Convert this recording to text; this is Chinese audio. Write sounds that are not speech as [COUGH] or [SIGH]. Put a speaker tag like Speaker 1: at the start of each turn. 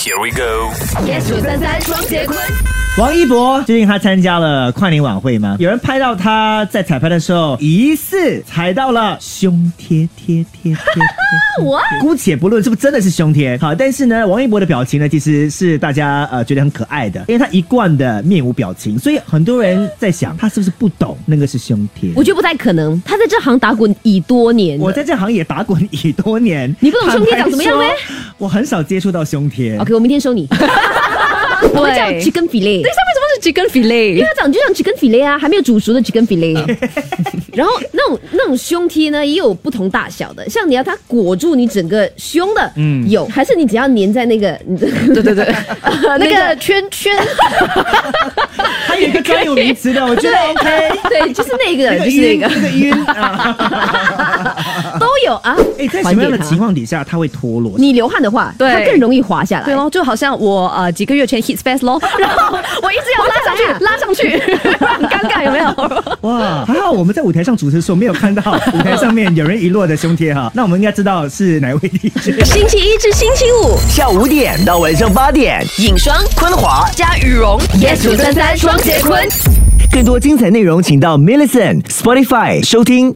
Speaker 1: Here we go。
Speaker 2: yes 九三三双节棍，
Speaker 3: 王一博最近他参加了跨年晚会嘛，有人拍到他在彩排的时候疑似踩到了胸贴贴贴贴贴。
Speaker 2: 我
Speaker 3: 姑且不论是不是真的是胸贴，好，但是呢，王一博的表情呢，其实是大家呃觉得很可爱的，因为他一贯的面无表情，所以很多人在想他是不是不懂那个是胸贴。
Speaker 2: 我觉得不太可能，他在这行打滚已多年了。
Speaker 3: 我在这行也打滚已多年，
Speaker 2: 你不懂胸贴长什么样咩
Speaker 3: 坦白说？我很少接触到胸贴。
Speaker 2: [LAUGHS] OK，我明天收你。我们叫 chicken fillet，
Speaker 4: 对，上面什么是 chicken fillet？
Speaker 2: 因为它长就像 chicken fillet 啊，还没有煮熟的 chicken fillet。然后那种那种胸贴呢，也有不同大小的，像你要它裹住你整个胸的，嗯，有，还是你只要粘在那个，对对 [LAUGHS] 对，
Speaker 4: 那个圈圈，
Speaker 3: 它有一个专有名词的，我觉得
Speaker 2: [LAUGHS]
Speaker 3: OK。
Speaker 2: 对，就是那个，
Speaker 3: 那
Speaker 2: 就
Speaker 3: 个
Speaker 2: 是那
Speaker 3: 晕，
Speaker 2: 个，
Speaker 3: 那个晕啊！
Speaker 2: 都有啊。
Speaker 3: 哎，在什么样
Speaker 2: 还
Speaker 3: 的
Speaker 2: 给他
Speaker 3: 情况底下它会脱落？
Speaker 2: 你流汗的话，
Speaker 4: 对
Speaker 2: 它更容易滑下来。
Speaker 4: 对咯，就好像我呃几个月前 hit space 咯，然后我一直要拉上去，拉上去， [LAUGHS] 很尴尬，有没有？
Speaker 3: 哇，还好我们在舞台上主持的时候没有看到舞台上面有人遗落的胸贴哈，那 [LAUGHS] 我们应该知道是哪位 DJ。
Speaker 5: 星期一至星期五，
Speaker 6: 下午五点到晚上八点，
Speaker 5: 影双
Speaker 6: 昆华。
Speaker 5: 加羽绒。
Speaker 2: yes 九三三双节棍。
Speaker 6: 更多精彩内容，请到 m i l l i c e n t Spotify 收听。